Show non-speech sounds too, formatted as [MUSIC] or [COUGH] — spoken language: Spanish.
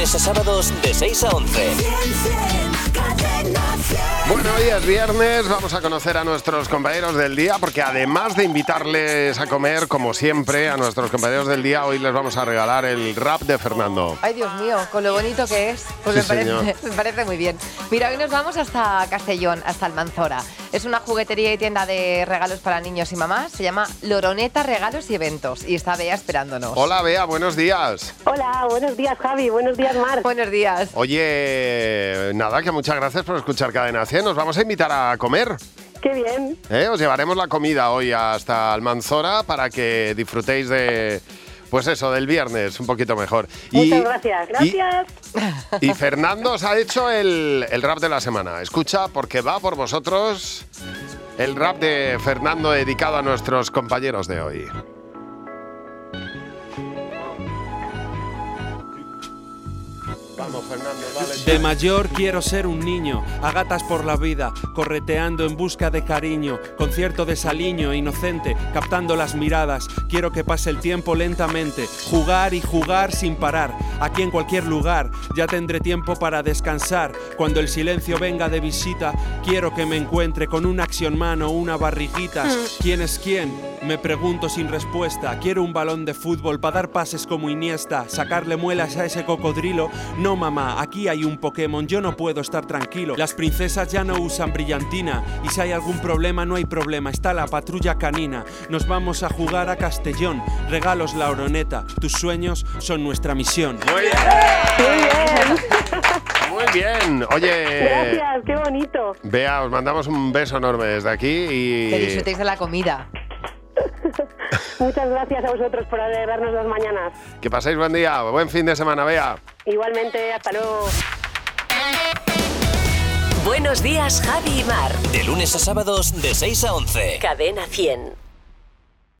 a sábados de 6 a 11. Bueno, hoy es viernes, vamos a conocer a nuestros compañeros del día, porque además de invitarles a comer, como siempre, a nuestros compañeros del día, hoy les vamos a regalar el rap de Fernando. Ay, Dios mío, con lo bonito que es. Pues Sí, me, parece, señor. [LAUGHS] me parece muy bien. Mira, hoy nos vamos hasta Castellón, hasta Almanzora. Es una juguetería y tienda de regalos para niños y mamás. Se llama Loroneta Regalos y Eventos. Y está Bea esperándonos. Hola, Bea, buenos días. Hola, buenos días Javi, buenos días Mar. Buenos días. Oye, nada, que muchas gracias por escuchar Cadena 100. Nos vamos a invitar a comer. Qué bien. ¿eh? Os llevaremos la comida hoy hasta Almanzora para que disfrutéis de, pues eso, del viernes un poquito mejor. Muchas gracias. y- Gracias. [LAUGHS] Y Fernando os ha hecho el, el rap de la semana. Escucha, porque va por vosotros el rap de Fernando dedicado a nuestros compañeros de hoy. Vamos, Fernando, De mayor quiero ser un niño, a gatas por la vida, correteando en busca de cariño, concierto de saliño, inocente, captando las miradas, quiero que pase el tiempo lentamente, jugar y jugar sin parar, aquí en cualquier lugar, ya tendré tiempo para descansar, cuando el silencio venga de visita, quiero que me encuentre con un acción mano, una barriguitas, ¿quién es quién? Me pregunto sin respuesta, quiero un balón de fútbol para dar pases como Iniesta, sacarle muelas a ese cocodrilo. No, mamá, aquí hay un Pokémon, yo no puedo estar tranquilo. Las princesas ya no usan brillantina y si hay algún problema, no hay problema, está la patrulla canina. Nos vamos a jugar a Castellón, regalos la oroneta, tus sueños son nuestra misión. Muy bien. Muy bien. Oye, Gracias, qué bonito. Bea, os mandamos un beso enorme desde aquí Que y... disfrutéis de la comida. Muchas gracias a vosotros por darnos las mañanas. Que paséis buen día, buen fin de semana, Bea. Igualmente, hasta luego. Buenos días, Javi y Mar. De lunes a sábados de 6 a 11. Cadena 100.